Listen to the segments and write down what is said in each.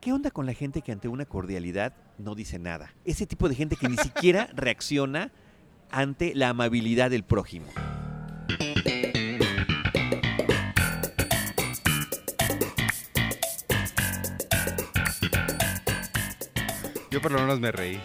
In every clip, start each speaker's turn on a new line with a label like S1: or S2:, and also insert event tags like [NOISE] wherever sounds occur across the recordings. S1: ¿Qué onda con la gente que ante una cordialidad no dice nada? Ese tipo de gente que ni
S2: [LAUGHS]
S1: siquiera reacciona ante la amabilidad del prójimo.
S2: Yo por lo menos me reí.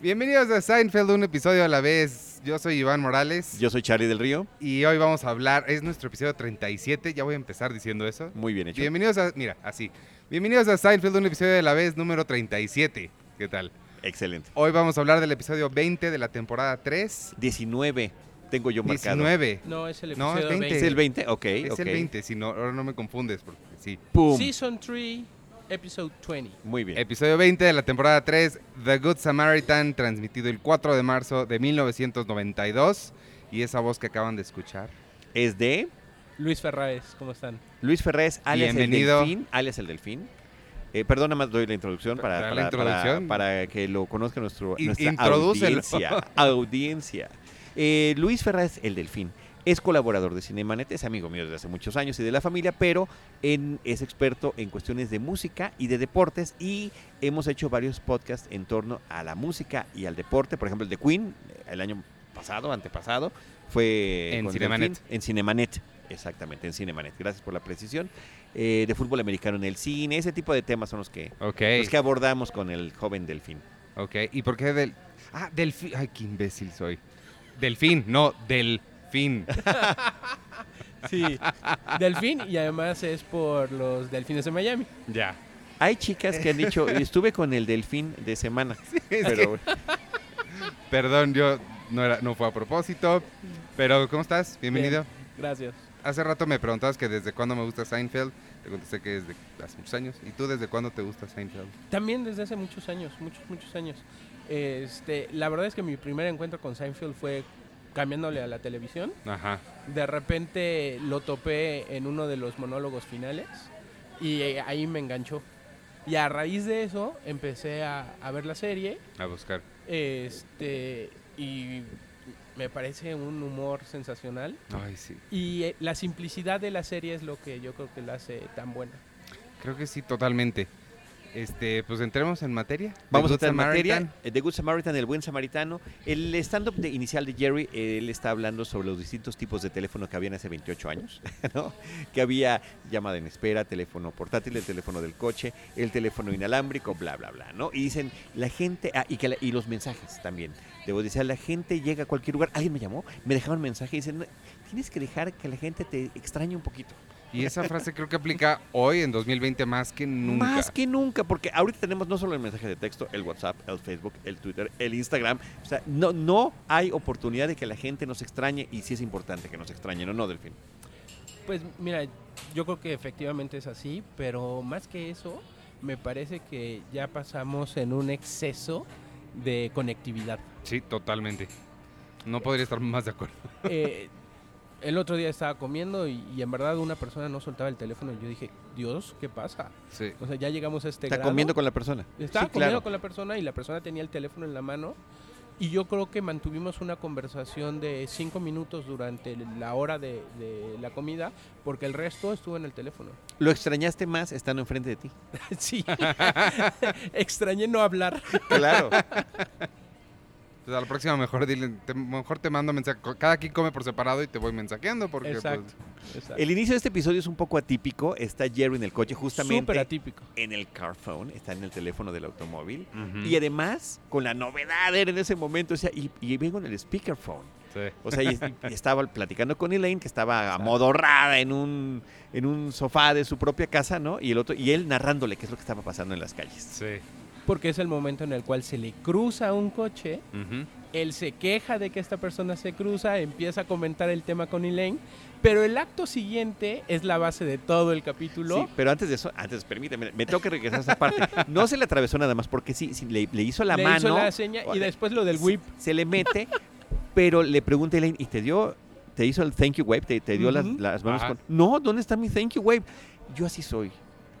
S2: Bienvenidos a Seinfeld, un episodio a la vez. Yo soy Iván Morales
S1: Yo soy Charlie del Río.
S2: y hoy vamos a hablar, es nuestro episodio 37, ya voy a empezar diciendo eso.
S1: Muy bien hecho.
S2: Bienvenidos a, mira, así. Bienvenidos a Seinfeld, un episodio a la vez número 37. ¿Qué tal?
S1: Excelente.
S2: Hoy vamos a hablar del episodio 20 de la temporada 3.
S1: 19 tengo yo marcado.
S2: 19.
S3: No, es el
S2: No,
S3: episodio
S2: es 20.
S3: 20.
S1: ¿Es el 20? Ok,
S2: Es
S1: ok.
S2: el 20, si no, ahora no me confundes, porque sí. Eh.
S1: ¡Pum!
S3: Season 3, episode 20.
S1: Muy bien.
S2: Episodio 20 de la temporada 3, The Good Samaritan, transmitido el 4 de marzo de 1992. Y esa voz que acaban de escuchar.
S1: Es de
S3: Luis Ferraes, ¿cómo están?
S1: Luis Ferrés, alias
S2: Bienvenido.
S1: el Delfín. Alias el Delfín. Eh, perdón, nada más doy la introducción para,
S2: Da la
S1: para- para-
S2: introducción.
S1: para que lo conozca nuestro,
S2: In-
S1: nuestra
S2: introdúcelo. [LAUGHS]
S1: audiencia. audiencia. Eh, Luis Ferrés, el Delfín, es colaborador de Cinemanet, es amigo mío desde hace muchos años y de la familia, pero en- es experto en cuestiones de música y de deportes y hemos hecho varios podcasts en torno a la música y al deporte. Por ejemplo, el de Queen, eh, el año pasado, antepasado, fue
S2: En
S1: con
S2: Cinemanet.
S1: Delfín, en Cinemanet. Exactamente, en Cinemanet. Gracias por la precisión. Eh, de fútbol americano en el cine, ese tipo de temas son los que,
S2: Ok.
S1: los que abordamos con el joven Delfín.
S2: Ok, ¿y por qué del...? Ah, delfín. Ay, qué imbécil soy. Delfín, no, delfín.
S3: Sí, [LAUGHS] Delfín, y además es por los Delfines de Miami.
S2: ya.
S1: Hay chicas que han
S2: [LAUGHS]
S1: dicho, estuve con el Delfín de semana.
S2: es
S1: pero
S2: Perdón, yo no, era, no fue a propósito. Pero, ¿cómo estás? Bienvenido.
S3: Bien, gracias.
S2: Hace rato me preguntabas que desde cuándo me gusta Seinfeld. Te contesté que desde hace muchos años. ¿Y tú desde cuándo te gusta Seinfeld?
S3: También desde hace muchos años, muchos, muchos años. Este, la verdad es que mi primer encuentro con Seinfeld fue cambiándole a la televisión.
S2: Ajá.
S3: De repente lo topé en uno de los monólogos finales y eh, ahí me enganchó. Y a raíz de eso empecé a- a ver la serie
S2: A buscar.
S3: Este, y me parece un humor sensacional.
S2: Ay, sí.
S3: Y eh, la simplicidad de la serie es lo que yo creo que la hace tan buena.
S2: Creo que sí, totalmente. Este, pues entremos en materia.
S1: vamos a
S2: The
S1: entrar
S2: Good
S1: en materia.
S2: Samaritan.
S1: Eh, The Good Samaritan, el buen samaritano. El stand-up de- inicial de Jerry, eh, él está hablando sobre los distintos tipos de teléfono que habían hace 28 años. [LAUGHS] ¿no? Que había llamada en espera, teléfono portátil, el teléfono del coche, el teléfono inalámbrico, bla, bla, bla. ¿no? Y dicen, la gente, ah, y, que la- y los mensajes también. Debo decir, la gente llega a cualquier lugar. Alguien me llamó, me dejaron mensaje y dicen, "No, tienes que dejar que la gente te extrañe un poquito.
S2: Y esa frase creo que aplica hoy, en 2020, más que nunca.
S1: Más que nunca, porque ahorita tenemos no solo el mensaje de texto, el WhatsApp, el Facebook, el Twitter, el Instagram. O sea, no, no hay oportunidad de que la gente nos extrañe y sí es importante que nos extrañen, ¿o no, Delfín?
S3: Pues mira, yo creo que efectivamente es así, pero más que eso, me parece que ya pasamos en un exceso de
S1: [LAUGHS]
S3: conectividad.
S2: Sí, totalmente. No podría estar más de acuerdo.
S3: Eh, el otro día estaba comiendo y, y en verdad una persona no soltaba el teléfono y yo dije, Dios, ¿qué pasa?
S2: Sí.
S3: O sea, ya llegamos a este
S1: Está
S3: grado.
S1: comiendo con la persona.
S3: Estaba
S1: Sí,
S3: comiendo
S1: claro.
S3: con la persona y la persona tenía el teléfono en la mano. Y yo creo que mantuvimos una conversación de cinco minutos durante la hora de, de la comida, porque el resto estuvo en el teléfono. [LAUGHS]
S1: Lo extrañaste más estando enfrente de ti.
S3: sí. [LAUGHS] Extrañé no hablar.
S1: Claro.
S2: Pues a la próxima mejor dile, te- mejor te mando mensaje. Co- Cada quien come por separado y te voy mensajeando porque pues,
S3: Exacto. exacto.
S1: [LAUGHS] el inicio de este episodio es un poco atípico. Está Jerry en el coche,
S3: Súper
S1: justamente
S3: atípico.
S1: en el car phone, está en el teléfono del automóvil. Y además, con la novedad era en ese momento, o sea, y, y vengo en el speakerphone.
S2: Sí.
S1: O sea, y- y estaba platicando con Elaine, que estaba amodorrada en un, en un sofá de su propia casa, ¿no? Y el otro, y él narrándole qué es lo que estaba pasando en las calles.
S2: Sí.
S3: Porque es el momento en el cual se le cruza un coche, él se queja de que esta persona se cruza, empieza a comentar el tema con Elaine, pero el acto siguiente es la base de todo el capítulo.
S1: Sí, pero antes de eso, antes, permíteme, me tengo que regresar a esa parte. No se le atravesó nada más, porque sí, sí, le, le hizo la
S3: le
S1: mano.
S3: hizo la seña y después lo del whip.
S1: Se, se le mete, pero le pregunta a Elaine, ¿y te dio, te hizo el thank you wave? ¿Te, te dio las-
S3: Ujú.
S1: las, manos
S2: Ajá.
S1: con...? No, ¿dónde está mi thank you wave? Yo así soy.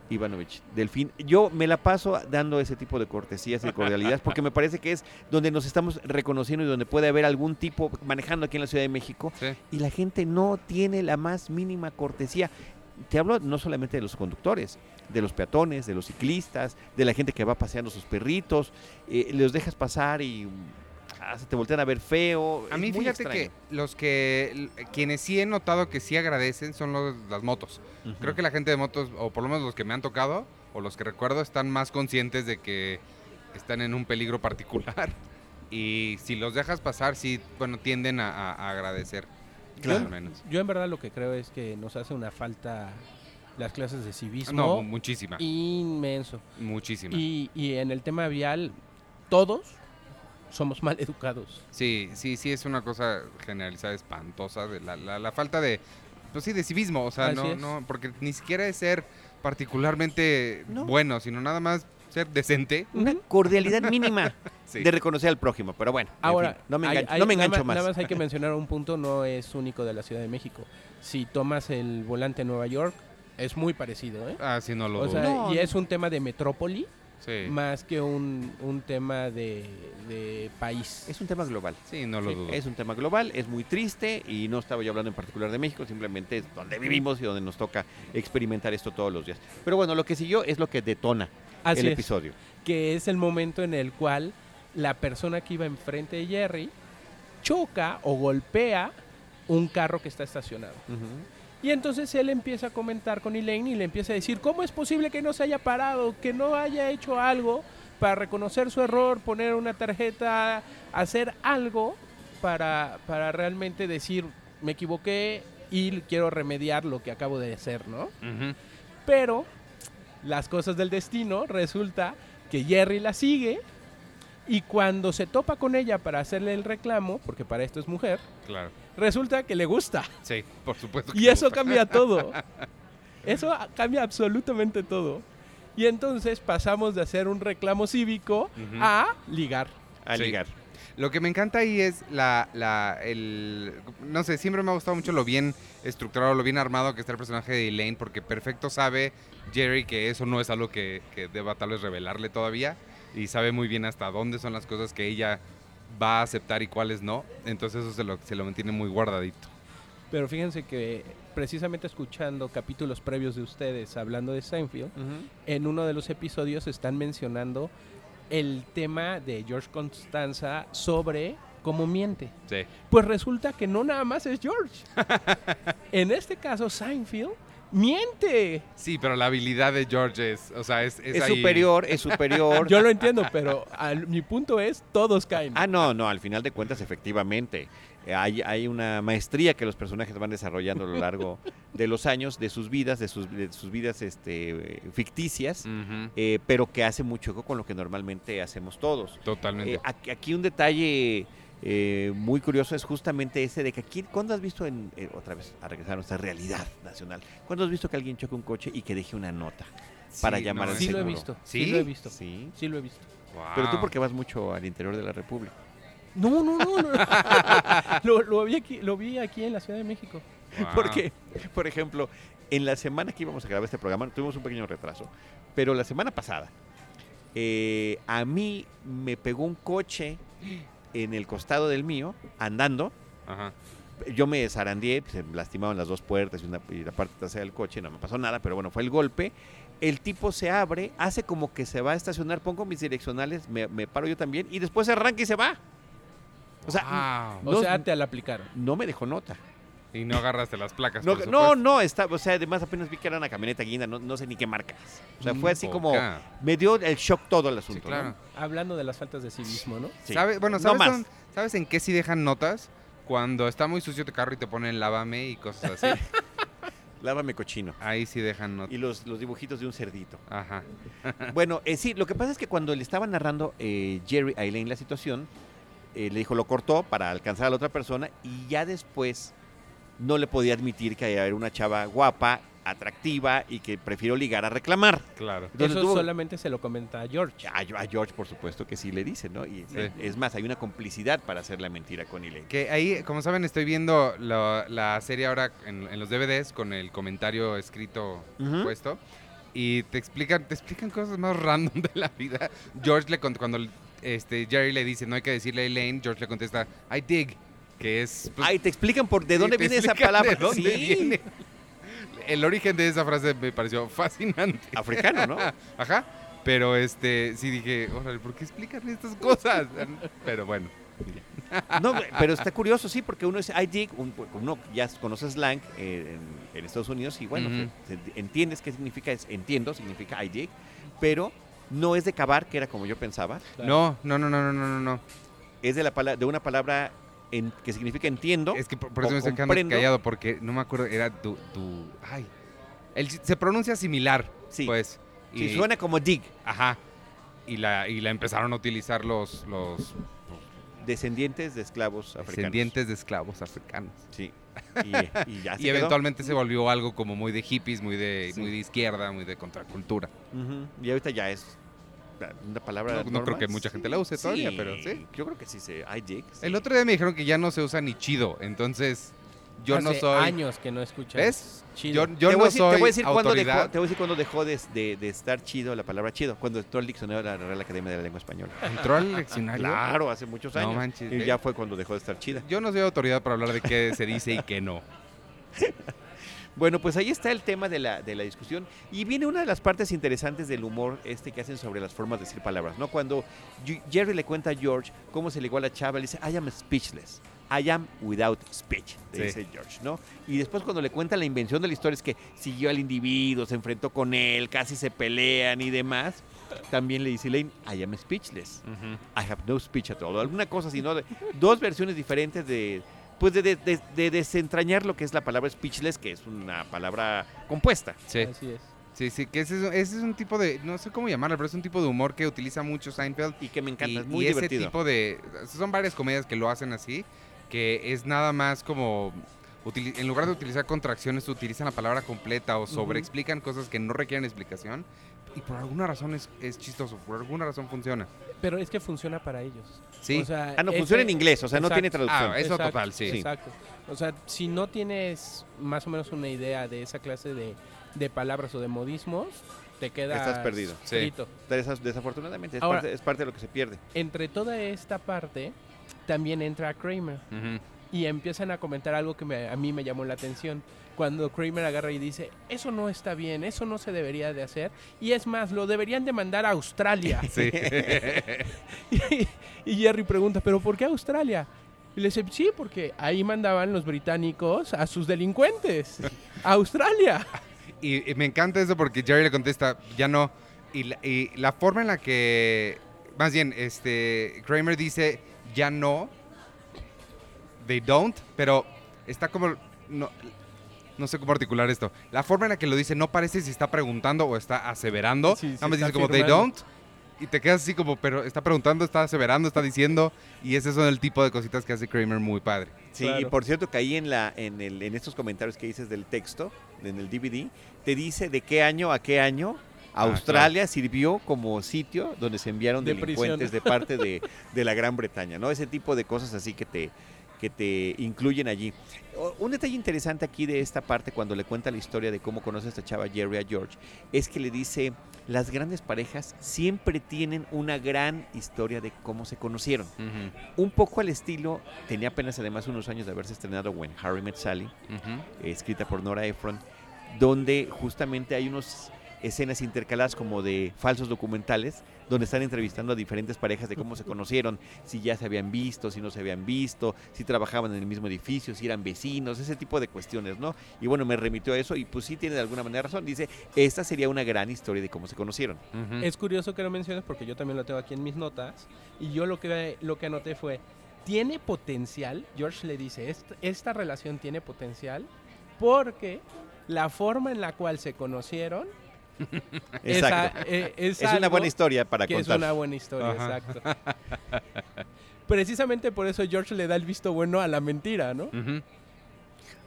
S1: Ivanovich, Delfín, yo me la paso dando ese tipo de cortesías y cordialidades porque me parece que es donde nos estamos reconociendo y donde puede haber algún tipo manejando aquí en la Ciudad de México
S2: Sí.
S1: y la gente no tiene la más mínima cortesía. Te hablo no solamente de los conductores, de los peatones, de los ciclistas, de la gente que va paseando sus perritos, eh, los dejas pasar y ah, se te voltean a ver feo.
S2: A mí fíjate que los que l- quienes sí he notado que sí agradecen son los- las motos.
S1: que
S2: Creo que la gente de motos, o por lo menos los que me han tocado, o los que recuerdo, están más conscientes de que están en un peligro particular. [LAUGHS] Y si los dejas pasar, sí, bueno, tienden a, a- a agradecer.
S1: Claro.
S2: Al menos.
S3: Yo en verdad lo que creo es que nos hace una falta las clases de
S2: No,
S3: civismo
S2: muchísima.
S3: inmenso.
S2: muchísima.
S3: Y, y en el tema vial, todos somos mal educados.
S2: Sí, sí, sí, es una cosa generalizada espantosa, de la, la- la falta de, pues sí, de civismo, o sea,
S3: Así
S2: no,
S3: es.
S2: no, porque ni siquiera es ser particularmente
S1: No.
S2: bueno, sino nada más ser decente.
S1: Una cordialidad mínima
S2: [LAUGHS] Sí.
S1: de reconocer al prójimo, pero bueno, en
S3: Ahora,
S1: fin, no me
S3: hay-
S1: engancho,
S3: hay-
S1: no me
S3: nada
S1: engancho
S3: más-
S1: más.
S3: Nada más hay que
S1: [LAUGHS]
S3: mencionar un punto, no es único de la Ciudad de México. Si tomas el volante en Nueva York, es muy parecido, ¿eh?
S2: Ah, sí, no lo
S3: O
S2: dudo.
S3: sea,
S1: No,
S3: y
S1: no.
S3: es un tema de metrópoli
S2: sí.
S3: más que un, un tema de, de país.
S1: Es un tema global.
S2: Sí, no lo
S3: sí,
S2: dudo.
S1: Es un tema global, es muy triste y no estaba yo hablando en particular de México, simplemente es donde vivimos y donde nos toca experimentar esto todos los días. Pero bueno, lo que siguió es lo que detona
S3: Así
S1: el
S3: es,
S1: episodio.
S3: que es el momento en el cual la persona que iba enfrente de Jerry choca o golpea un carro que está estacionado.
S1: Ujú.
S3: Y entonces él empieza a comentar con Elaine y le empieza a decir, ¿cómo es posible que no se haya parado, que no haya hecho algo para reconocer su error, poner una tarjeta, hacer algo para, para realmente decir, me equivoqué y quiero remediar lo que acabo de hacer, ¿no?
S2: Ujú.
S3: Pero las cosas del destino resulta que Jerry la sigue y cuando se topa con ella para hacerle el reclamo, porque para esto es mujer,
S2: Claro.
S3: resulta que le gusta.
S2: Sí, por supuesto. que
S3: Y
S2: me
S3: eso
S2: gusta.
S3: cambia todo. Eso a- cambia absolutamente todo. Y entonces pasamos de hacer un reclamo cívico
S2: Ujú.
S3: a ligar.
S1: A
S2: Sí.
S1: ligar.
S2: Lo que me encanta ahí es la, la, el, no sé, siempre me ha gustado mucho lo bien estructurado, lo bien armado que está el personaje de Elaine, porque perfecto sabe Jerry que eso no es algo que, que deba tal vez revelarle todavía, y sabe muy bien hasta dónde son las cosas que ella va a aceptar y cuáles no, entonces eso se lo, se lo mantiene muy guardadito.
S3: Pero fíjense que precisamente escuchando capítulos previos de ustedes hablando de Seinfeld, en uno de los episodios están mencionando el tema de George Constanza sobre cómo miente.
S2: Sí.
S3: Pues resulta que no nada más es George. en este caso, Seinfeld miente.
S2: Sí, pero la habilidad de George es, o sea, es, es
S1: Es
S2: ahí-
S1: superior,
S2: [LAUGHS]
S1: es superior.
S3: Yo lo entiendo, pero al- mi punto es, todos caen.
S1: Ah, no, no, al final de cuentas, efectivamente. eh, Hay, hay una maestría que los personajes van desarrollando a lo
S2: [LAUGHS]
S1: largo de los años, de sus vidas, de sus, de sus vidas este, eh, ficticias,
S2: Ujú,
S1: eh, pero que hace mucho eco con lo que normalmente hacemos todos.
S2: Totalmente.
S1: Eh, aquí, aquí un detalle eh, muy curioso es justamente ese de que aquí, ¿cuándo has visto, en, eh, otra vez, a regresar a nuestra realidad nacional, ¿cuándo has visto que alguien choque un coche y que deje una nota? para llamar al
S3: sí lo he
S1: seguro.
S3: visto.
S2: ¿Sí?
S3: ¿Sí? lo he visto. Sí.
S1: Sí.
S3: lo he visto.
S1: Pero tú
S2: Wow.
S1: porque vas mucho al interior de la República.
S3: No, no, no. no. lo, lo vi aquí, lo vi aquí en la Ciudad de México.
S2: Wow.
S1: Porque, [LAUGHS] por ejemplo, en la semana que íbamos a grabar este programa, tuvimos un pequeño retraso, pero la semana pasada, eh, a mí me pegó un coche en el costado del mío, andando,
S2: Ajá.
S1: yo me zarandeé, pues, se me lastimaban las dos puertas y, una- y la parte trasera del coche, no me pasó nada, pero bueno, fue el golpe. El tipo se abre, hace como que se va a estacionar, pongo mis direccionales, me, me paro yo también y después se arranca y se va. O sea,
S2: Wow.
S3: O
S1: No,
S3: sea, te la aplicaron.
S1: no me dejó nota.
S2: Y no agarraste las placas.
S1: No,
S2: por
S1: no,
S2: supuesto.
S1: no, está, o sea, además apenas vi que era una camioneta guinda, no, no sé ni qué marca. es. O sea, fue así como,
S2: Poca.
S1: me dio el shock todo el asunto.
S2: Sí, claro.
S1: ¿no?
S3: Hablando de las faltas de civismo, ¿no?
S1: Sí.
S2: ¿Sabe- bueno,
S1: No
S2: ¿sabes,
S1: más.
S2: dónde- ¿sabes en qué sí dejan notas? Cuando está muy sucio tu carro y te ponen lávame y cosas
S1: [LAUGHS]
S2: así.
S1: Lávame cochino.
S2: Ahí sí dejan
S1: Y
S2: notas.
S1: los, los dibujitos de un
S2: [LAUGHS]
S1: cerdito.
S2: Ajá.
S1: Bueno, eh, sí, lo que pasa es que cuando le estaba narrando eh, Jerry a Elaine la situación, eh, le dijo lo cortó para alcanzar a la otra persona y ya después no le podía admitir que era una chava guapa, atractiva y que prefiero ligar a reclamar.
S2: Claro.
S1: Entonces
S3: Eso
S1: tuvo-
S3: solamente se lo comenta a George.
S1: a, a George, por supuesto, que sí le dice, ¿no? Y
S2: Sí.
S1: es más, hay una complicidad para hacer la mentira con Elaine.
S2: Que ahí, como saben, estoy viendo la, la serie ahora en, en los DVDs con el comentario escrito
S1: Ujú.
S2: puesto. Y te explican, te explican cosas más [LAUGHS] random de la vida. George le cont- cuando este, Jerry le dice no hay que decirle a Elaine, George le contesta, I dig. Que es. pues,
S1: Ay, te explican por de
S2: sí,
S1: dónde
S2: te
S1: viene esa
S2: explican
S1: palabra.
S2: de dónde
S1: Sí.
S2: viene. el origen de esa frase me pareció fascinante.
S1: Africano,
S2: [LAUGHS]
S1: ¿no?
S2: Ajá. Pero este, sí dije, órale, ¿por qué explican estas cosas? Pero bueno.
S1: No, pero está curioso, sí, porque uno dice, I dig, un- uno ya conoce slang eh, en, en Estados Unidos y bueno,
S2: Ujú.
S1: se- se- entiendes qué significa, es, entiendo, significa I dig, pero no es de cavar, que era como yo pensaba,
S2: No, no, no, no, no, no, no, no.
S1: es de, la pala- de una palabra en- que significa entiendo.
S2: Es que por, por eso
S1: O
S2: me estoy quedando
S1: comprendo.
S2: callado, porque no me acuerdo, era tu... tu ay. El, se pronuncia similar,
S1: Sí.
S2: pues.
S1: Sí, suena como dig,
S2: Ajá. Y la, y la empezaron a utilizar los, los
S1: descendientes de esclavos africanos.
S2: descendientes de esclavos africanos.
S1: Sí. Y, y [LAUGHS] ya se
S2: y
S1: quedó.
S2: eventualmente se volvió algo como muy de hippies, muy de,
S1: Sí.
S2: muy de izquierda, muy de contracultura.
S1: Ujú, Y ahorita ya es una palabra.
S2: No- no creo
S1: normal.
S2: que mucha gente la use todavía, pero sí.
S1: Yo creo que sí se. I dig. sí.
S2: El otro día me dijeron que ya no se usa ni chido, entonces yo no
S3: Hace
S2: soy...
S3: años que no escuchas.
S2: ¿Ves? Yo,
S3: Chido.
S2: yo
S1: te
S2: no
S1: voy a decir,
S2: soy
S1: te voy a decir cuándo
S2: autoridad.
S1: dejó, te voy a decir cuándo dejó de, de- de estar chido la palabra chido. Cuando entró el diccionario de la Real Academia de la Lengua Española.
S2: Entró al leccionario.
S1: Claro, hace muchos
S2: ¿Ah, No
S1: años.
S2: manches. eh.
S1: Y ya fue cuando dejó de estar chida.
S2: Yo no soy autoridad para hablar de qué se dice y qué no.
S1: Bueno, pues ahí está el tema de la, de la discusión. Y viene una de las partes interesantes del humor este que hacen sobre las formas de decir palabras, ¿no? Cuando Ju- Jerry le cuenta a George cómo se le iguala a la chava, le dice, I am speechless. I am without speech, le
S2: Sí.
S1: dice George, ¿no? Y después cuando le cuenta la invención de la historia es que siguió al individuo, se enfrentó con él, casi se pelean y demás. También le dice Lane, I am speechless. I have no speech at all. Alguna cosa sino dos versiones diferentes de pues de, de- de- de desentrañar lo que es la palabra speechless, que es una palabra compuesta.
S2: Sí,
S3: Así es.
S2: sí, sí, que ese es, ese es un tipo de, no sé cómo llamarlo, pero es un tipo de humor que utiliza mucho Seinfeld.
S1: Y que me encanta,
S2: y,
S1: es muy
S2: y
S1: divertido.
S2: ese tipo de... Son varias comedias que lo hacen así, que es nada más como... utili- En lugar de utilizar contracciones, utilizan la palabra completa o sobreexplican cosas que no requieren explicación. Y por alguna razón es, es chistoso, por alguna razón funciona.
S3: Pero es que funciona para ellos.
S2: Sí.
S3: O sea,
S1: ah, no,
S3: ese-
S1: funciona en inglés, o sea, no
S3: Exacto.
S1: tiene traducción.
S2: Ah, eso total, sí. Sí.
S3: Exacto. O sea, si no tienes más o menos una idea de esa clase de, de palabras o de modismos, te quedas
S1: Estás perdido.
S2: Sí.
S3: frito.
S1: Desaf- Desafortunadamente, es,
S3: Ahora-
S1: parte, es parte de lo que se pierde.
S3: Entre toda esta parte, también entra Kramer
S1: [LAUGHS]
S3: y empiezan a comentar algo que me- a mí me llamó la atención. Cuando Kramer agarra y dice, eso no está bien, eso no se debería de hacer. Y es más, lo deberían de mandar
S2: [LAUGHS]
S3: a Australia.
S2: Sí.
S3: Y, [LAUGHS] y Jerry pregunta, ¿pero por qué Australia? Y le dice, sí, porque ahí mandaban los británicos a sus delincuentes. A Australia.
S2: y, y me encanta eso porque Jerry le contesta, ya no. Y la, y la forma en la que... Más bien, este Kramer dice, ya no. They don't, pero está como... No, no sé cómo articular esto. La forma en la que lo dice no parece si está preguntando o está aseverando.
S3: Sí, sí,
S2: Nada más
S3: está
S2: dice como, they
S3: afirmando".
S2: don't. Y te quedas así como, pero está preguntando, está aseverando, está diciendo. Y ese es el tipo de cositas que hace Kramer muy padre.
S1: Sí, y
S3: Claro.
S1: por cierto, que ahí en, la, en, el, en estos comentarios que dices del texto, en el DVD, te dice de qué año a qué año Australia sirvió como sitio donde se enviaron
S3: Ah, De
S1: delincuentes
S3: prisión.
S1: de parte
S3: [LAUGHS]
S1: de, de la Gran Bretaña, ¿no? Ese tipo de cosas así que te, que te incluyen allí. O- Un detalle interesante aquí de esta parte, cuando le cuenta la historia de cómo conoce esta chava Jerry a George, es que le dice, las grandes parejas siempre tienen una gran historia de cómo se conocieron un poco al estilo, tenía apenas además unos años de haberse estrenado When Harry Met Sally, eh, escrita por Nora Ephron, donde justamente hay unas escenas intercaladas como de falsos documentales, donde están entrevistando a diferentes parejas de cómo se conocieron, si ya se habían visto, si no se habían visto, si trabajaban en el mismo edificio, si eran vecinos, ese tipo de cuestiones, ¿no? Y bueno, me remitió a eso y pues sí tiene de alguna manera razón, dice, esta sería una gran historia de cómo se conocieron.
S3: [LAUGHS] Es curioso que lo menciones porque yo también lo tengo aquí en mis notas. Y yo lo que, lo que anoté fue, tiene potencial, George le dice, "Est- esta relación tiene potencial porque la forma en la cual se conocieron es a-
S1: Exacto.
S3: [LAUGHS] eh, es,
S1: Es, una buena
S3: algo-
S1: historia para
S3: que
S1: contar.
S3: es una buena historia,
S2: Ajá.
S3: exacto. [LAUGHS] Precisamente por eso George le da el visto bueno a la mentira, ¿no?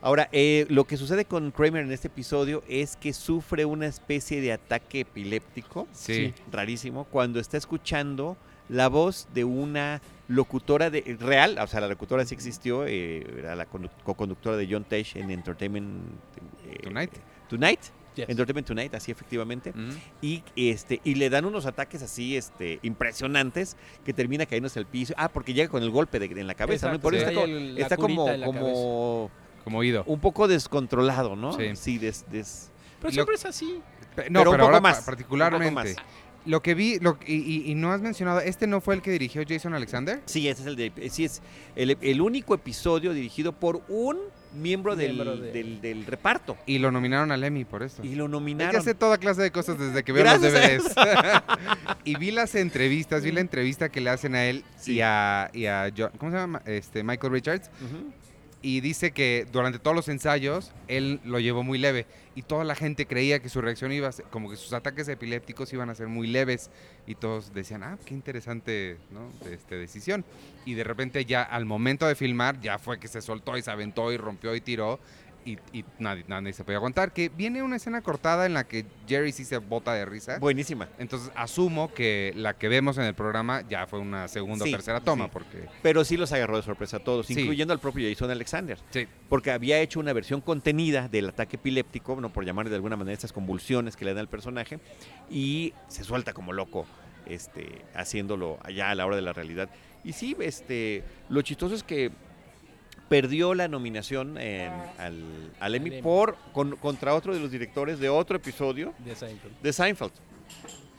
S1: Ahora, eh, lo que sucede con Kramer en este episodio es que sufre una especie de ataque epiléptico,
S2: Sí.
S1: rarísimo, cuando está escuchando la voz de una locutora de, real, o sea, la locutora sí existió, eh, era la condu- co-conductora de John Tesh en Entertainment eh,
S2: Tonight. Mm.
S1: Tonight,
S3: Yes.
S1: Entertainment Tonight, así efectivamente
S2: Ujú.
S1: y este y le dan unos ataques así este impresionantes que termina cayéndose al piso ah porque llega con el golpe de- en la cabeza ¿no? Y
S3: Exacto,
S1: por
S2: sí.
S1: eso está,
S3: Trae
S1: co-
S3: el- la
S1: está
S3: curita
S1: como
S3: en la
S1: como
S2: como ido.
S1: un poco descontrolado, ¿no?
S2: Sí.
S1: des- des-
S3: Pero
S2: Lo-
S3: siempre es así.
S2: Pe- No,
S1: Pero
S2: pero,
S1: un poco
S2: ahora
S1: más,
S2: pa-
S1: un poco
S2: particularmente.
S1: más.
S2: Lo que vi, lo, y, y- y no has mencionado, ¿este no fue el que dirigió Jason Alexander?
S1: Sí, ese es el de- sí, es el, el único episodio dirigido por un miembro, del,
S3: Miembro de-
S1: del- del reparto.
S2: Y lo nominaron al Emmy por esto.
S1: Y lo
S2: Es que
S1: nominaron.
S2: hace toda clase de cosas desde que veo los
S1: Gracias
S2: DVDs. [LAUGHS] y vi las entrevistas, vi la entrevista que le hacen a él
S1: Sí.
S2: y a, y a Jo- ¿cómo se llama? Este, Michael Richards.
S1: Ujú.
S2: Y dice que durante todos los ensayos él lo llevó muy leve. Y toda la gente creía que su reacción iba a ser, como que sus ataques epilépticos iban a ser muy leves. Y todos decían, ah, qué interesante ¿no? este, decisión. Y de repente ya al momento de filmar, ya fue que se soltó y se aventó y rompió y tiró. Y, y nadie, nadie se podía aguantar. Que viene una escena cortada en la que Jerry sí se bota de risa.
S1: Buenísima.
S2: Entonces asumo que la que vemos en el programa ya fue una segunda
S1: Sí,
S2: o tercera toma.
S1: sí.
S2: Porque
S1: Pero sí los agarró de sorpresa a todos,
S2: Sí.
S1: incluyendo al propio Jason Alexander.
S2: sí,
S1: porque había hecho una versión contenida del ataque epiléptico, bueno, por llamarle de alguna manera estas convulsiones que le dan al personaje, y se suelta como loco, este, haciéndolo allá a la hora de la realidad. Y sí, este, lo chistoso es que perdió la nominación en- al, al
S3: Al
S1: Emmy
S3: Emmy.
S1: por, con- contra otro de los directores de otro episodio
S3: De Seinfeld.
S1: de Seinfeld.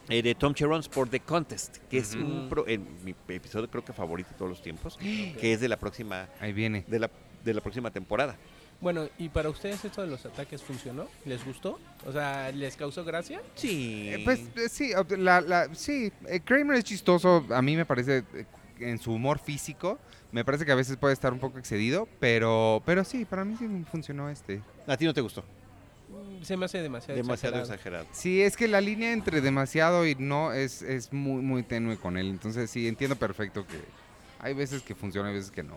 S1: eh, de Tom Cherons por The Contest, que es
S2: Ujú.
S1: un pro- eh, mi episodio creo que favorito de todos los tiempos, que es de la próxima,
S2: ahí viene.
S1: de la, de la próxima temporada.
S3: Bueno, ¿y para ustedes esto de los ataques funcionó? ¿Les gustó? O sea, ¿les causó gracia?
S1: Sí.
S2: Eh, Pues eh, sí, ob- la, la- sí, eh, Kramer es chistoso, a mí me parece, eh, en su humor físico, me parece que a veces puede estar un poco excedido, pero, pero sí, para mí sí funcionó este.
S1: pues, a ti no te gustó.
S3: Mm, Se me hace demasiado,
S1: Demasiado
S3: exagerado.
S1: exagerado.
S2: Sí, es que la línea entre demasiado y no es, es muy, muy tenue con él, entonces sí, entiendo perfecto que hay veces que funciona, hay veces que no.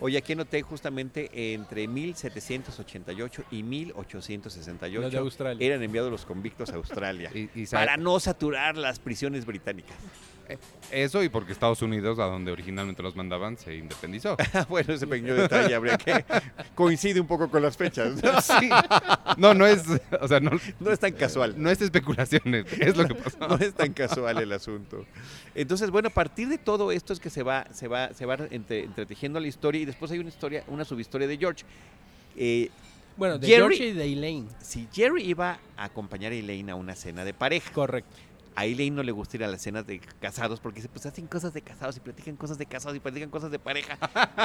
S1: Oye, aquí noté justamente entre 1788 y
S3: Los de
S1: 1868
S3: Australia.
S1: eran enviados los convictos a [LAUGHS] Australia
S2: Y- y sa-
S1: para no saturar las prisiones británicas.
S2: Eso y porque Estados Unidos, a donde originalmente los mandaban, se
S1: [LAUGHS]
S2: independizó. [LAUGHS]
S1: Ah, bueno, ese pequeño detalle habría [LAUGHS] que coincide un poco con las fechas. No,
S2: Sí. No, no es, o sea, no,
S1: No es tan casual.
S2: no es especulación, es- es lo que pasó.
S1: [LAUGHS] No es tan casual el asunto. Entonces, bueno, a partir de todo esto es que se va, se va, se va entre- entretejiendo la historia y después hay una historia, una subhistoria de George. Eh,
S3: Bueno, de
S1: Jerry-
S3: George y de Elaine.
S1: si Jerry iba a acompañar a Elaine a una cena de pareja,
S3: Correcto.
S1: a Elaine no le gusta ir a las cenas de casados porque dice, pues hacen cosas de casados y platican cosas de casados y platican cosas de pareja.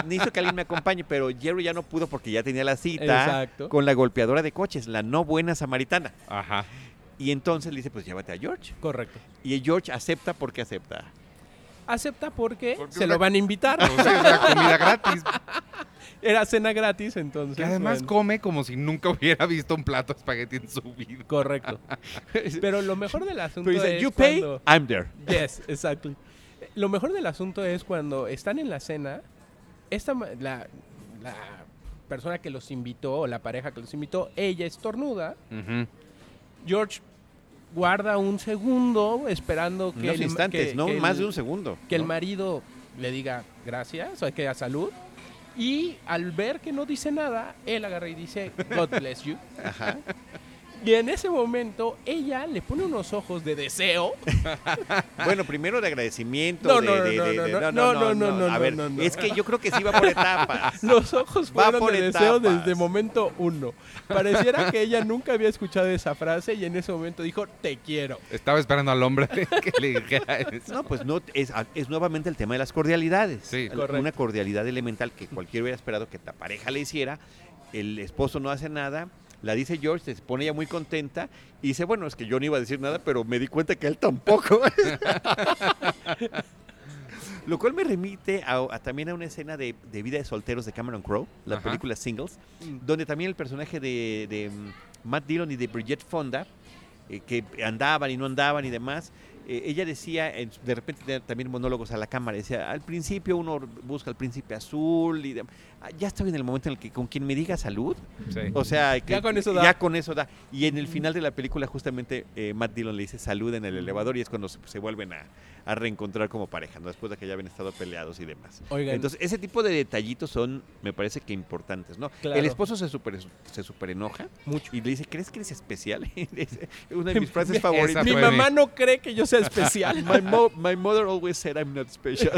S1: Necesito que alguien me acompañe, pero Jerry ya no pudo porque ya tenía la cita
S3: Exacto.
S1: con la golpeadora de coches, la no buena samaritana.
S2: Ajá.
S1: Y entonces le dice, pues llévate a George.
S3: Correcto.
S1: Y George acepta porque acepta.
S3: Acepta porque,
S2: Porque
S3: se
S2: una-
S3: lo van a invitar.
S2: Pues sí, es la comida gratis.
S3: [LAUGHS] Era cena gratis, entonces.
S2: Que además
S3: Pues bueno,
S2: come como si nunca [LAUGHS] hubiera visto un plato de espagueti en su vida.
S1: [LAUGHS]
S3: correcto. Pero lo mejor del asunto
S1: Pero dice,
S3: es
S1: you pay,
S3: cuando...
S1: I'm there.
S3: Yes, exactly. Eh, Lo mejor del asunto es cuando están en la cena, esta, ma- la, la persona que los invitó, o la pareja que los invitó, ella estornuda. George guarda un segundo esperando que...
S1: Unos
S3: el-
S1: instantes,
S3: que-
S1: no
S3: que el-
S1: más de un segundo.
S3: que el
S1: ¿no?
S3: marido le diga gracias, o que a salud. Y al ver que no dice nada, él agarra y dice, God bless you.
S1: Ajá.
S3: Y en ese momento, ella le pone unos ojos de deseo.
S1: Ah. Bueno, primero de agradecimiento.
S3: No,
S1: de-
S3: no, no,
S1: de-
S3: no,
S1: de-
S3: no,
S1: de-
S3: no, no, no,
S1: A
S3: no,
S1: ver,
S3: no, no.
S1: es que yo creo que sí va por
S3: [LAUGHS]
S1: etapas.
S3: Los ojos
S1: Va
S3: fueron
S1: por
S3: de deseo
S1: etapas.
S3: desde momento uno. Pareciera que ella nunca había escuchado esa frase y en ese momento dijo, te quiero.
S2: Estaba esperando al hombre [LAUGHS] que le dijera eso.
S1: No, pues no, es, es nuevamente el tema de las cordialidades.
S2: Sí.
S1: Al-
S3: Correcto.
S1: Una cordialidad elemental que cualquiera hubiera esperado que la pareja le hiciera. El esposo no hace nada. La dice George, se pone ya muy contenta y dice, bueno, es que yo no iba a decir nada, pero me di cuenta que él tampoco. [LAUGHS] Lo cual me remite a, a también a una escena de, de Vida de Solteros de Cameron Crowe, la
S2: Ajá.
S1: película Singles, donde también el personaje de, de, mm, Matt Dillon y de Bridget Fonda, eh, que andaban y no andaban y demás, eh, ella decía, en su- de repente tenía también monólogos a la cámara, decía, al principio uno busca al príncipe azul y dem- Ah, ya estoy en el momento en el que con quien me diga salud,
S2: Sí.
S1: o sea, que-
S3: Ya con eso da.
S1: ya con eso da. Y en el final de la película justamente eh, Matt Dillon le dice salud en el elevador y es cuando se, se vuelven a, a reencontrar como pareja, ¿no? después de que ya habían estado peleados y demás.
S3: Oigan,
S1: Entonces, ese tipo de detallitos son, me parece que importantes, ¿no?
S3: Claro.
S1: El esposo se super, se super enoja
S3: mucho.
S1: [LAUGHS]
S3: [LAUGHS]
S1: y le dice, ¿crees que eres especial? Es Una de mis frases favoritas.
S2: Esa
S3: Mi
S2: fue
S3: mamá no cree que yo sea
S1: [LAUGHS]
S3: sea especial.
S1: My, mo- my mother always said I'm not special.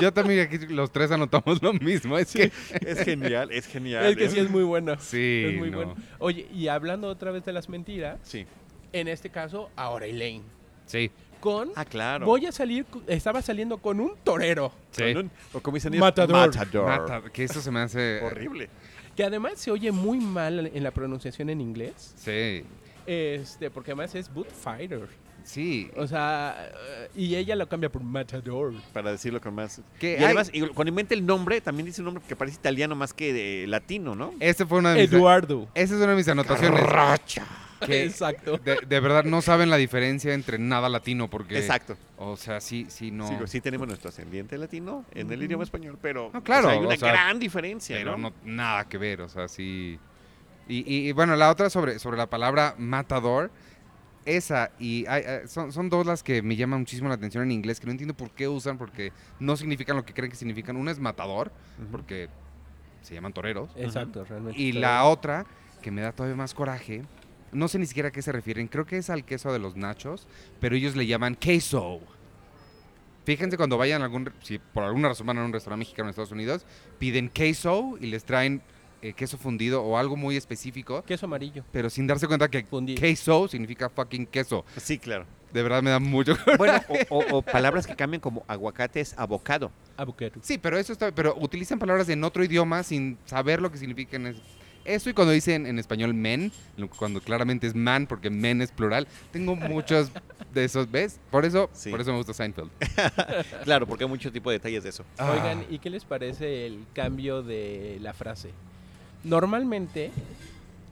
S2: Yo también aquí los tres anotamos lo mismo. Es que
S1: [LAUGHS] es genial, es genial. ¿eh?
S3: es que sí es muy bueno.
S2: sí,
S3: es muy
S2: no.
S3: bueno. Oye, y hablando otra vez de las mentiras,
S1: Sí.
S3: en este caso, ahora Elaine.
S2: Sí,
S3: Con
S1: Ah, claro.
S3: voy a salir, co- estaba saliendo con un torero.
S2: sí.
S1: Con un- o como dicen ellos,
S3: Matador.
S1: matador.
S2: Mata, que eso se me hace
S1: Horrible.
S3: Que además se oye muy mal en la pronunciación en inglés.
S2: Sí,
S3: Este, porque además es Bootfighter.
S2: sí.
S3: O sea, eh, y ella lo cambia por Matador.
S1: Para decirlo con más.
S2: Que
S1: y
S2: hay-
S1: además, y cuando inventa el nombre, también dice un nombre que parece italiano más que eh, latino, ¿no?
S2: Esa fue
S1: Ah,
S2: una de
S1: [LAUGHS]
S2: mis,
S3: Eduardo.
S2: esa es una de mis anotaciones. Que
S3: Exacto.
S2: de, de verdad no saben la diferencia entre nada latino porque...
S1: Exacto.
S2: O sea, sí, sí, no.
S1: Sigo, Sí, tenemos nuestro ascendiente latino en el idioma español, pero
S2: No, claro,
S1: Mm. o sea, hay una
S2: o sea,
S1: gran diferencia,
S2: pero
S1: ¿no?
S2: no nada que ver, o sea, sí. Y, y- y bueno, la otra sobre, sobre la palabra matador, esa y hay- hay- son, son dos las que me llaman muchísimo la atención en inglés, que no entiendo por qué usan, porque no significan lo que creen que significan. Una es matador,
S1: Ujú.
S2: porque se llaman toreros,
S3: Exacto, realmente.
S2: y la otra, que me da todavía más coraje, no sé ni siquiera a qué se refieren, creo que es al queso de los nachos, pero ellos le llaman queso. Fíjense cuando vayan a algún, si por alguna razón van a un restaurante mexicano en Estados Unidos, piden queso y les traen eh, queso fundido o algo muy específico,
S3: Queso amarillo.
S2: pero sin darse cuenta que
S3: Fundido.
S2: queso significa fucking queso.
S1: Sí, claro.
S2: De verdad me da mucho
S1: [LAUGHS] Bueno, o, o- o palabras que cambian como aguacate es abocado.
S3: Abuqueru.
S2: Sí, pero eso está, pero utilizan palabras en otro idioma sin saber lo que significan es- eso y cuando dicen en español men, lo- cuando claramente es man porque men es plural, tengo muchos de esos, ¿ves? Por eso,
S1: Sí.
S2: por eso me gusta Seinfeld.
S1: Claro, porque hay mucho tipo de detalles de eso.
S2: Ah.
S3: Oigan, ¿y qué les parece el cambio de la frase? Normalmente,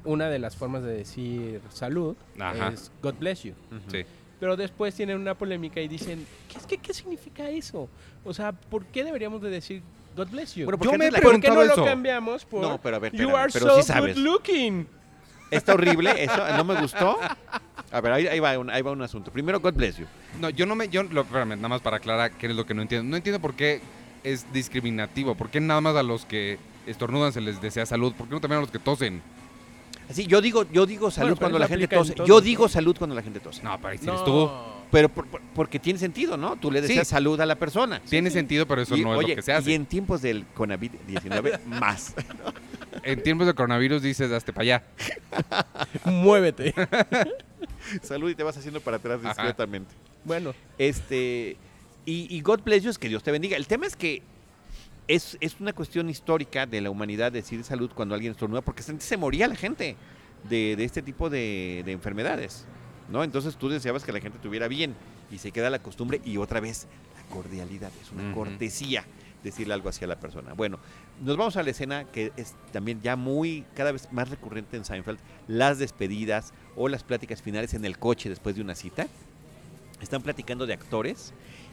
S3: una de las formas de decir salud
S2: Ajá.
S3: es God bless you.
S1: Ujú.
S2: Sí.
S3: Pero después tienen una polémica y dicen, ¿qué, es que- qué significa eso? O O sea, ¿por qué deberíamos de decir God bless you?
S1: Bueno, ¿por
S2: Yo
S1: qué
S2: me
S1: no la-
S2: he
S3: ¿Por qué no
S2: preguntado eso.
S3: lo cambiamos por
S1: No, pero a ver,
S3: You
S1: espérame,
S3: are
S1: pero
S3: so
S1: sí sabes.
S3: good looking?
S1: Está horrible, eso no me gustó. A ver, ahí, ahí va un, ahí va un asunto. Primero, God bless you.
S2: No, yo no me, yo, lo- espérame, nada más para aclarar qué es lo que no entiendo. No entiendo por qué es discriminativo, por qué nada más a los que estornudan se les desea salud, por qué no también a los que tosen.
S1: Así, yo digo, yo digo salud
S3: pero
S1: cuando
S3: eso
S1: la gente
S3: aplica en
S1: tose.
S3: todo,
S1: Yo
S3: ¿no?
S1: digo salud cuando la gente tose.
S2: No, para si
S3: No.
S2: eres tú.
S1: Pero por- por- porque tiene sentido, ¿no? Tú le
S2: Sí.
S1: deseas salud a la persona.
S2: Tiene sentido, pero eso
S1: Y,
S2: no es
S1: oye,
S2: lo que se hace.
S1: Y
S2: En...
S1: en tiempos del COVID-19, más.
S2: tiempos de coronavirus dices, hazte para allá.
S3: Muévete.
S1: Salud y te vas haciendo para atrás
S2: Ajá.
S1: discretamente.
S3: [LAUGHS] Bueno,
S1: Este, y, y God bless you es que Dios te bendiga. El tema es que es, es una cuestión histórica de la humanidad decir salud cuando alguien estornuda, porque antes se moría la gente de, de este tipo de, de enfermedades. ¿no? Entonces tú deseabas que la gente tuviera bien y se queda la costumbre y otra vez la cordialidad, es una
S2: Ujú.
S1: cortesía decirle algo hacia la persona. Bueno, nos vamos a la escena que es también ya muy, cada vez más recurrente en Seinfeld, las despedidas o las pláticas finales en el coche después de una cita. Están platicando de actores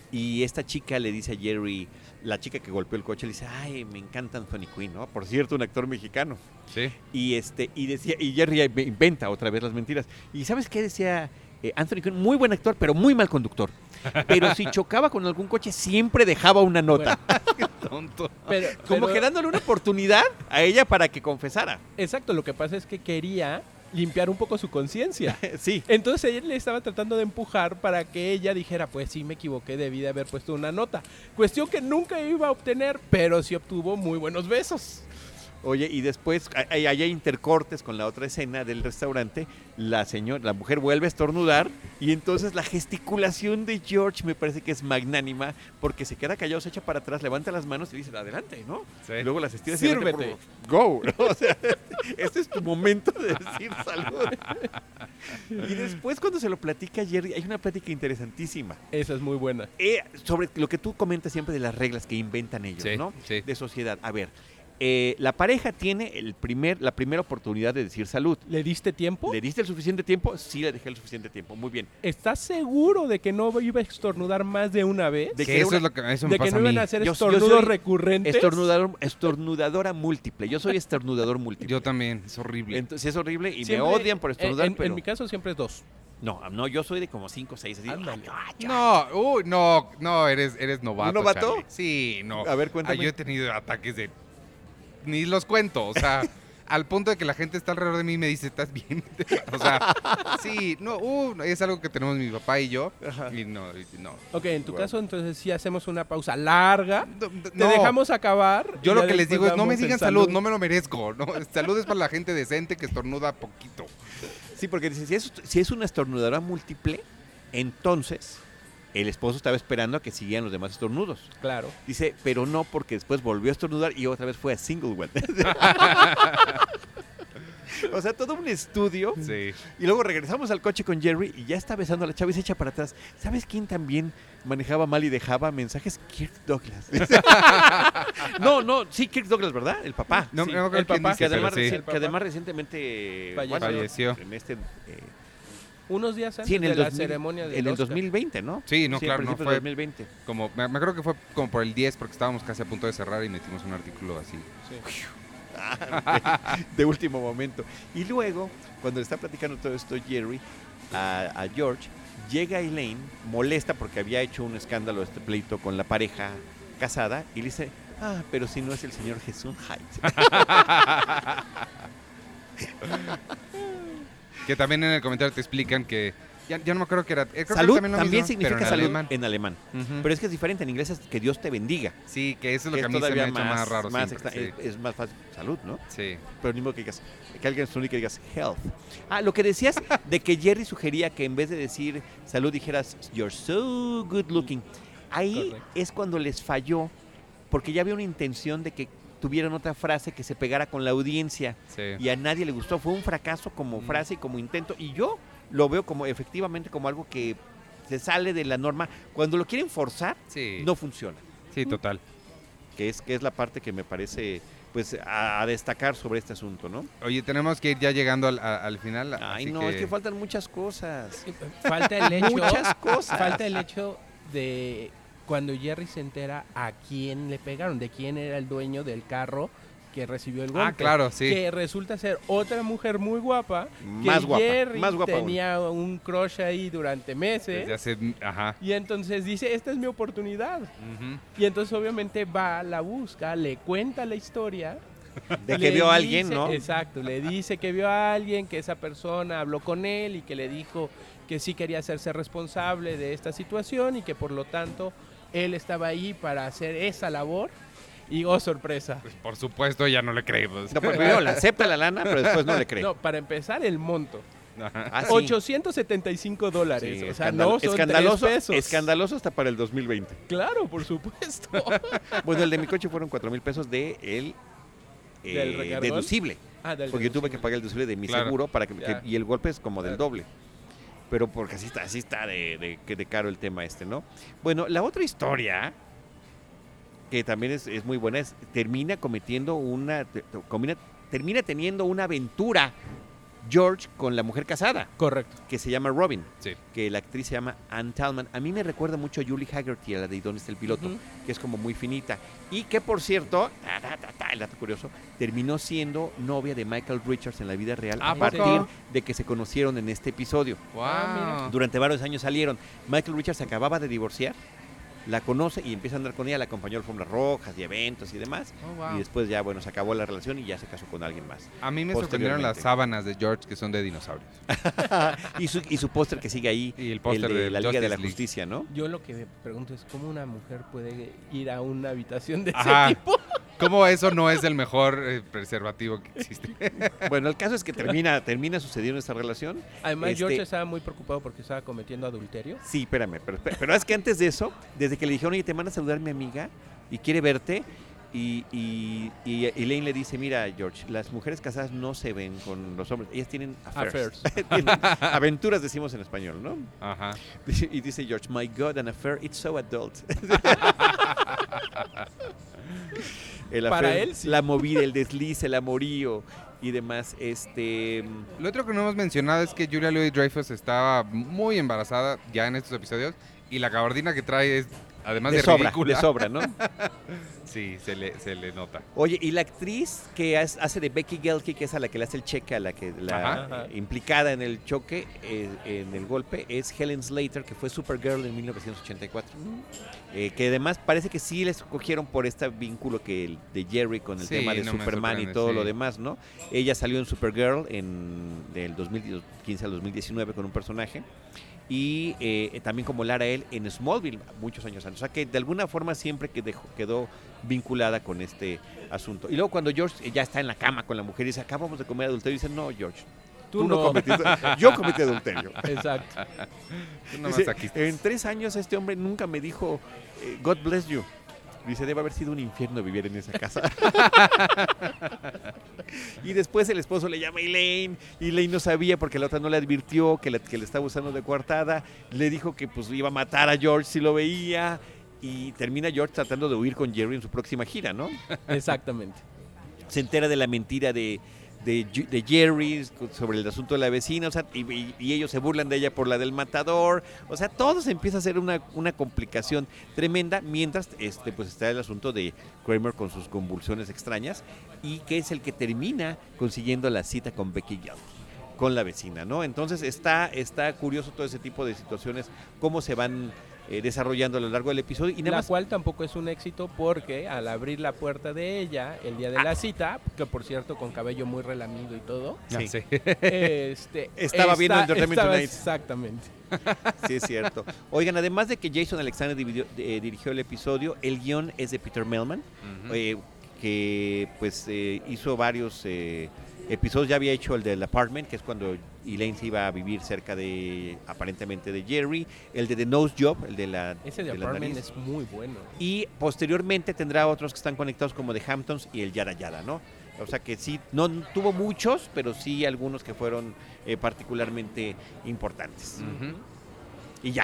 S1: y esta chica le dice a Jerry, la chica que golpeó el coche, le dice, ay, me encanta Anthony Quinn, ¿no? Por cierto, un actor mexicano.
S2: Sí.
S1: Y este, y decía, y Jerry ahí me inventa otra vez las mentiras. ¿Y sabes qué decía eh, Anthony Quinn? Muy buen actor, pero muy mal conductor. Pero si chocaba con algún coche, siempre dejaba una nota.
S2: Tonto.
S3: pero...
S1: [LAUGHS] Como
S3: pero-
S1: que dándole una oportunidad a ella para que confesara. [LAUGHS]
S3: Exacto, lo que pasa es que quería limpiar un poco su conciencia.
S1: Sí.
S3: Entonces ella le estaba tratando de empujar para que ella dijera, pues sí, me equivoqué, debí de haber puesto una nota. Cuestión que nunca iba a obtener, pero sí obtuvo muy buenos besos.
S1: Oye, y después a- hay, hay intercortes con la otra escena del restaurante. La señora, la mujer vuelve a estornudar y entonces la gesticulación de George me parece que es magnánima porque se queda callado, se echa para atrás, levanta las manos y dice, adelante, ¿no? Y luego las estiras y
S3: Sírvete.
S1: por- Go. ¿no? [LAUGHS] O sea, este es tu momento de decir salud. Y después cuando se lo platica Jerry, hay una plática interesantísima.
S3: Esa es muy buena.
S1: Eh, sobre lo que tú comentas siempre de las reglas que inventan ellos,
S2: Sí,
S1: ¿no?
S2: sí.
S1: De sociedad. A ver, eh, la pareja tiene el primer, la primera oportunidad de decir salud.
S3: ¿Le diste tiempo?
S1: ¿Le diste el suficiente tiempo? Sí, le dejé el suficiente tiempo. Muy bien.
S3: ¿Estás seguro de que no iba a estornudar más de una vez?
S1: De
S2: Que
S1: que
S2: eso
S1: una-
S2: es lo que eso
S3: ¿De,
S2: me
S3: que
S2: pasa
S3: no
S2: a
S3: iban
S2: mí.
S3: a hacer
S1: Yo- yo
S3: estornudos
S1: soy
S3: recurrentes?
S1: Estornudador, estornudadora múltiple. Yo soy estornudador múltiple.
S2: Yo también, eh, es horrible.
S1: Entonces es horrible y
S3: Siempre-
S1: me odian por
S3: en-
S1: estornudar,
S3: en, en
S1: pero...
S3: mi caso siempre es dos.
S1: No, no, yo soy de como 5 o 6.
S3: Ándale.
S2: no, uy, no, no, eres, eres novato.
S1: ¿Un novato?
S2: Charlie. Sí, no.
S1: A ver,
S2: Ah,
S1: cuéntame.
S2: yo he tenido ataques de. Ni los cuento, o sea, al punto de que la gente está alrededor de mí y me dice, ¿estás bien? [LAUGHS] o sea, sí, no, uh, es algo que tenemos mi papá y yo. Y no, y no.
S3: Ok, en tu
S2: Bueno.
S3: caso entonces sí hacemos una pausa larga.
S2: No, no,
S3: Te dejamos acabar.
S2: Yo
S3: y
S2: lo
S3: ya
S2: que les
S3: después
S2: digo es, no me
S3: damos el
S2: digan salud, no me lo merezco. ¿no? Salud es para la gente decente que estornuda poquito.
S1: Sí, porque dice, si es, si es una estornudadora múltiple, entonces el esposo estaba esperando a que siguieran los demás estornudos.
S3: Claro.
S1: Dice, pero no, porque después volvió a estornudar y otra vez fue a single one. [LAUGHS] o sea, todo un estudio.
S2: Sí.
S1: Y luego regresamos al coche con Jerry y ya está besando a la chava y se echa para atrás. ¿Sabes quién también manejaba mal y dejaba mensajes? Kirk Douglas. [LAUGHS] no, no, sí, Kirk Douglas, ¿verdad? El papá.
S2: No,
S3: Sí,
S2: no me acuerdo
S3: el
S2: quién
S3: papá.
S2: dice,
S1: Que
S2: pero
S1: además,
S2: sí.
S1: reci-
S3: El papá.
S1: que además recientemente
S3: Falleció.
S2: Falleció.
S1: En este, eh,
S3: Unos días antes
S1: sí, en el
S3: de la
S1: 2000
S3: ceremonia del
S1: en el
S3: Oscar.
S1: 2020, ¿no?
S2: Sí, no,
S1: a
S2: claro, no
S1: principios
S2: fue
S1: de 2020.
S2: como, me, me acuerdo que fue como por el 10 porque estábamos casi a punto de cerrar y metimos un artículo así.
S3: Sí.
S1: de último momento. Y luego, cuando le está platicando todo esto Jerry a, a George, llega Elaine, molesta porque había hecho un escándalo, este pleito con la pareja casada, y le dice, ah, pero si no es el señor Jesús [LAUGHS]
S2: Ah,
S1: Hyde.
S2: Que también en el comentario te explican que, ya, ya no me acuerdo que era, eh, creo que
S1: salud
S2: también,
S1: también,
S2: lo mismo,
S1: significa
S2: pero en
S1: salud
S2: alemán.
S1: en alemán.
S2: Ujú.
S1: Pero es que es diferente, en inglés es que Dios te bendiga.
S2: sí, que eso es lo que,
S1: es
S2: a mí se me
S1: todavía
S2: ha hecho más, raro
S1: más
S2: siempre,
S1: extra- es, es más fácil, salud, ¿no?
S2: sí. Sí.
S1: Pero mismo que digas, que alguien sonríe y que digas health. Ah, lo que decías de que Jerry sugería que en vez de decir salud dijeras you're so good looking. Ahí
S3: Correcto.
S1: es cuando les falló, porque ya había una intención de que tuvieran otra frase que se pegara con la audiencia
S2: sí.
S1: y a nadie le gustó. Fue un fracaso como
S2: Mm.
S1: frase y como intento. Y yo lo veo como efectivamente como algo que se sale de la norma. Cuando lo quieren forzar,
S2: Sí.
S1: no funciona
S2: sí, total.
S1: que es, que es la parte que me parece pues a, a destacar sobre este asunto, ¿no?
S2: Oye, tenemos que ir ya llegando al, a- al final.
S1: Ay,
S2: así
S1: no, es que faltan muchas cosas.
S3: [LAUGHS] Falta el hecho.
S1: Muchas cosas.
S3: Falta el hecho de cuando Jerry se entera a quién le pegaron, de quién era el dueño del carro que recibió el golpe.
S2: Ah, claro, sí.
S3: Que resulta ser otra mujer muy guapa. Que
S1: Más guapa,
S3: Jerry
S1: más guapa aún.
S3: tenía un crush ahí durante meses.
S2: Desde hace, pues ajá.
S3: Y entonces dice, esta es mi oportunidad.
S2: Ujú.
S3: Y entonces obviamente va, la busca, le cuenta la historia.
S1: De
S3: le
S1: que vio a
S3: dice-
S1: alguien, ¿no?
S3: Exacto, le dice que vio a alguien, que esa persona habló con él y que le dijo que sí quería hacerse responsable de esta situación y que por lo tanto él estaba ahí para hacer esa labor. Y oh, sorpresa.
S2: Por supuesto, ya no le creemos.
S1: No, pero primero la acepta la lana, pero después no le cree.
S3: [LAUGHS] No, para empezar, el monto.
S2: [LAUGHS] Ajá.
S1: Ah, sí.
S3: 875 dólares.
S1: Sí,
S3: o sea,
S1: escandal-
S3: no son
S1: escandaloso,
S3: tres pesos.
S1: escandaloso hasta para el 2020.
S3: Claro, por supuesto. [LAUGHS]
S1: Bueno, el de mi coche fueron 4 mil pesos de el eh,
S3: ¿Del recargón?
S1: deducible.
S3: Ah, del
S1: Porque yo tuve que
S3: deducible.
S1: pagar el deducible de mi
S2: Claro.
S1: seguro para que, que-
S3: Ya.
S1: y el golpe es como del
S3: Claro.
S1: doble. Pero porque así está, así está de, de- que de caro el tema este, ¿no? Bueno, la otra historia, que también es, es muy buena, es termina cometiendo una. te- te- combina- termina teniendo una aventura George con la mujer casada,
S3: Correcto.
S1: que se llama Robin,
S2: Sí.
S1: que la actriz se llama Ann Talman. A mí me recuerda mucho a Julie Haggerty, a la de ¿Y ¿Dónde está el piloto?
S3: Ujú.
S1: que es como muy finita. Y que, por cierto, ta, ta, ta, ta, el dato curioso, terminó siendo novia de Michael Richards en la vida real
S2: ¿A
S1: a
S2: poco?
S1: partir de que se conocieron en este episodio.
S2: Wow.
S3: Ah,
S1: Durante varios años salieron. Michael Richards se acababa de divorciar, la conoce y empieza a andar con ella, la acompañó a alfombras rojas y eventos y demás.
S2: Oh, wow.
S1: Y después ya, bueno, se acabó la relación y ya se casó con alguien más.
S2: A mí me sorprendieron las
S1: Posteriormente.
S2: sábanas de George que son de dinosaurios.
S1: [LAUGHS] Y su, y su póster que sigue ahí,
S2: Y el
S1: el
S2: [LAUGHS] póster
S1: de la Liga de la
S2: Justice League.
S1: Justicia,
S2: [LAUGHS]
S1: ¿no?
S3: Yo lo que me pregunto es cómo una mujer puede ir a una habitación de
S2: Ajá.
S3: [LAUGHS] ese tipo.
S2: ¿Cómo eso no es el mejor eh, preservativo que
S3: [LAUGHS]
S2: existe?
S1: Bueno, el caso es que termina, termina sucediendo esta relación
S3: Además,
S1: Este-
S3: George estaba muy preocupado porque estaba cometiendo adulterio.
S1: Sí, espérame, pero, pero es que antes de eso, desde que le dijeron, oye, te manda a saludar mi amiga y quiere verte, y, y, y Elaine le dice, mira, George, las mujeres casadas no se ven con los hombres, ellas tienen affairs. [LAUGHS] Tienen aventuras decimos en español, ¿no?
S2: Ajá.
S1: Dice- Y dice George, my God, an affair, it's so adult. [LAUGHS] El
S3: Para
S1: affair,
S3: él, sí.
S1: La movida, el desliz, el amorío y demás, este...
S2: Lo otro que no hemos mencionado es que Julia Louis Dreyfus estaba muy embarazada ya en estos episodios y la gabardina que trae es, además de,
S1: de sobra,
S2: ridícula,
S1: de sobra, ¿no?
S2: sí, se le, se le nota.
S1: Oye, y la actriz que has- hace de Becky Gelke, que es a la que le hace el cheque, a la que la
S3: Ajá, ajá.
S1: eh, implicada en el choque, eh, en el golpe, es Helen Slater, que fue Supergirl en 1984. Eh, que además parece que sí la escogieron por este vínculo que el- de Jerry con el
S2: Sí,
S1: tema de
S2: no me
S1: Superman y
S2: sorprende,
S1: todo
S2: sí.
S1: lo demás, ¿no? Ella salió en Supergirl en del 2015 al 2019 con un personaje. Y eh, también como Lara él en Smallville muchos años antes. O sea que de alguna forma siempre que dejó- quedó vinculada con este asunto. Y luego cuando George eh, ya está en la cama con la mujer y dice, acabamos de comer adulterio, dice, no, George, tú, no, cometiste, yo cometí adulterio.
S3: Exacto.
S2: Tú nomás
S1: Dice,
S2: aquí.
S1: en tres años este hombre nunca me dijo, eh, God bless you. Dice, debe haber sido un infierno vivir en esa casa. [LAUGHS] y después el esposo le llama a Elaine. Y Elaine no sabía porque la otra no le advirtió que, la- que le estaba usando de coartada. Le dijo que pues iba a matar a George si lo veía. Y termina George tratando de huir con Jerry en su próxima gira, ¿no?
S3: Exactamente.
S1: se entera de la mentira de, de, Ju- de Jerry sobre el asunto de la vecina, o sea, y, y- y ellos se burlan de ella por la del matador, o sea, todo se empieza a hacer una, una complicación tremenda, mientras este, pues está el asunto de Kramer con sus convulsiones extrañas, y que es el que termina consiguiendo la cita con Becky Gale con la vecina, ¿no? Entonces está, está curioso todo ese tipo de situaciones, cómo se van eh, desarrollando a lo largo del episodio. Y nada
S3: la
S1: más,
S3: cual tampoco es un éxito porque al abrir la puerta de ella el día de la cita, que por cierto con cabello muy relamido y
S1: [LAUGHS]
S3: todo,
S2: Ah,
S1: Sí.
S2: sí.
S3: este,
S1: Estaba viendo Entertainment
S3: estaba-
S1: Tonight.
S3: Exactamente.
S1: Sí, es cierto. Oigan, además de que Jason Alexander dividió- eh, dirigió el episodio, el guión es de Peter Melman,
S2: Ujú.
S1: eh, que pues eh, hizo varios eh, episodios. Ya había hecho el del Apartment, que es cuando Elaine se iba a vivir cerca de, aparentemente, de Jerry. El de The Nose Job, el de la,
S3: Ese de
S1: de la
S3: Apartment
S1: nariz.
S3: es muy
S1: [LAUGHS]
S3: bueno.
S1: Y posteriormente tendrá otros que están conectados como The Hamptons y el Yara Yara, ¿no? O sea que sí, no no tuvo muchos, pero sí algunos que fueron eh, particularmente importantes.
S2: Ujú.
S1: Y ya.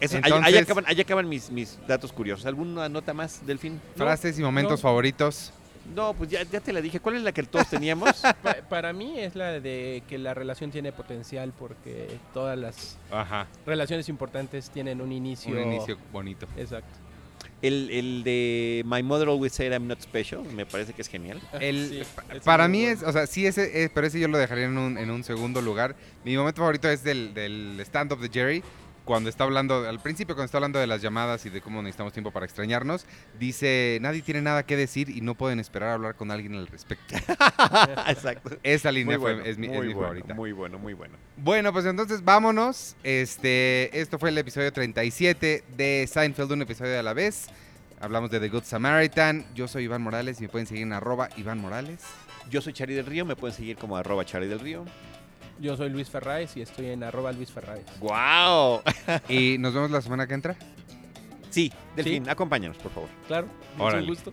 S1: Eso, ahí- ahí,
S2: Entonces-
S1: acaban, ahí acaban mis, mis datos curiosos. ¿Alguna nota más del fin? No,
S2: Frases y momentos
S3: no.
S2: favoritos.
S1: no, pues ya, ya te la dije. ¿Cuál es la que todos teníamos?
S3: Pa- para mí es la de que la relación tiene potencial porque todas las
S2: Ajá.
S3: relaciones importantes tienen un inicio.
S2: Un inicio bonito.
S3: Exacto.
S1: [LAUGHS] el, el de My Mother Always Said I'm Not Special. Me parece que es genial.
S2: El-
S3: Sí,
S2: pa-
S3: es
S2: para
S3: muy
S2: mí
S3: bueno.
S2: es, o sea, sí, ese, eh, pero ese yo lo dejaría en un, en un segundo lugar. Mi momento favorito es del, del stand-up de Jerry. Cuando está hablando, al principio cuando está hablando de las llamadas y de cómo necesitamos tiempo para extrañarnos, dice, nadie tiene nada que decir y no pueden esperar a hablar con alguien al respecto.
S1: [LAUGHS]
S2: [LAUGHS]
S1: Exacto.
S2: Esa
S1: Muy
S2: línea fue-
S1: bueno,
S2: es mi, es
S1: muy
S2: mi
S1: bueno,
S2: favorita.
S1: Muy bueno, muy bueno.
S2: Bueno, pues entonces vámonos. Este, esto fue el episodio 37 de Seinfeld, un episodio a la vez. Hablamos de The Good Samaritan. Yo soy Iván Morales y me pueden seguir en arroba Iván Morales.
S1: Yo soy Chari del Río. Me pueden seguir como arroba Chari del Río.
S3: Yo soy Luis Ferraes y estoy en arroba Luis Ferraes.
S1: ¡Guau!
S2: Y nos vemos la semana que entra.
S1: Sí, Delfín, acompáñanos, por favor.
S3: Claro, es
S2: Órale.
S3: un gusto.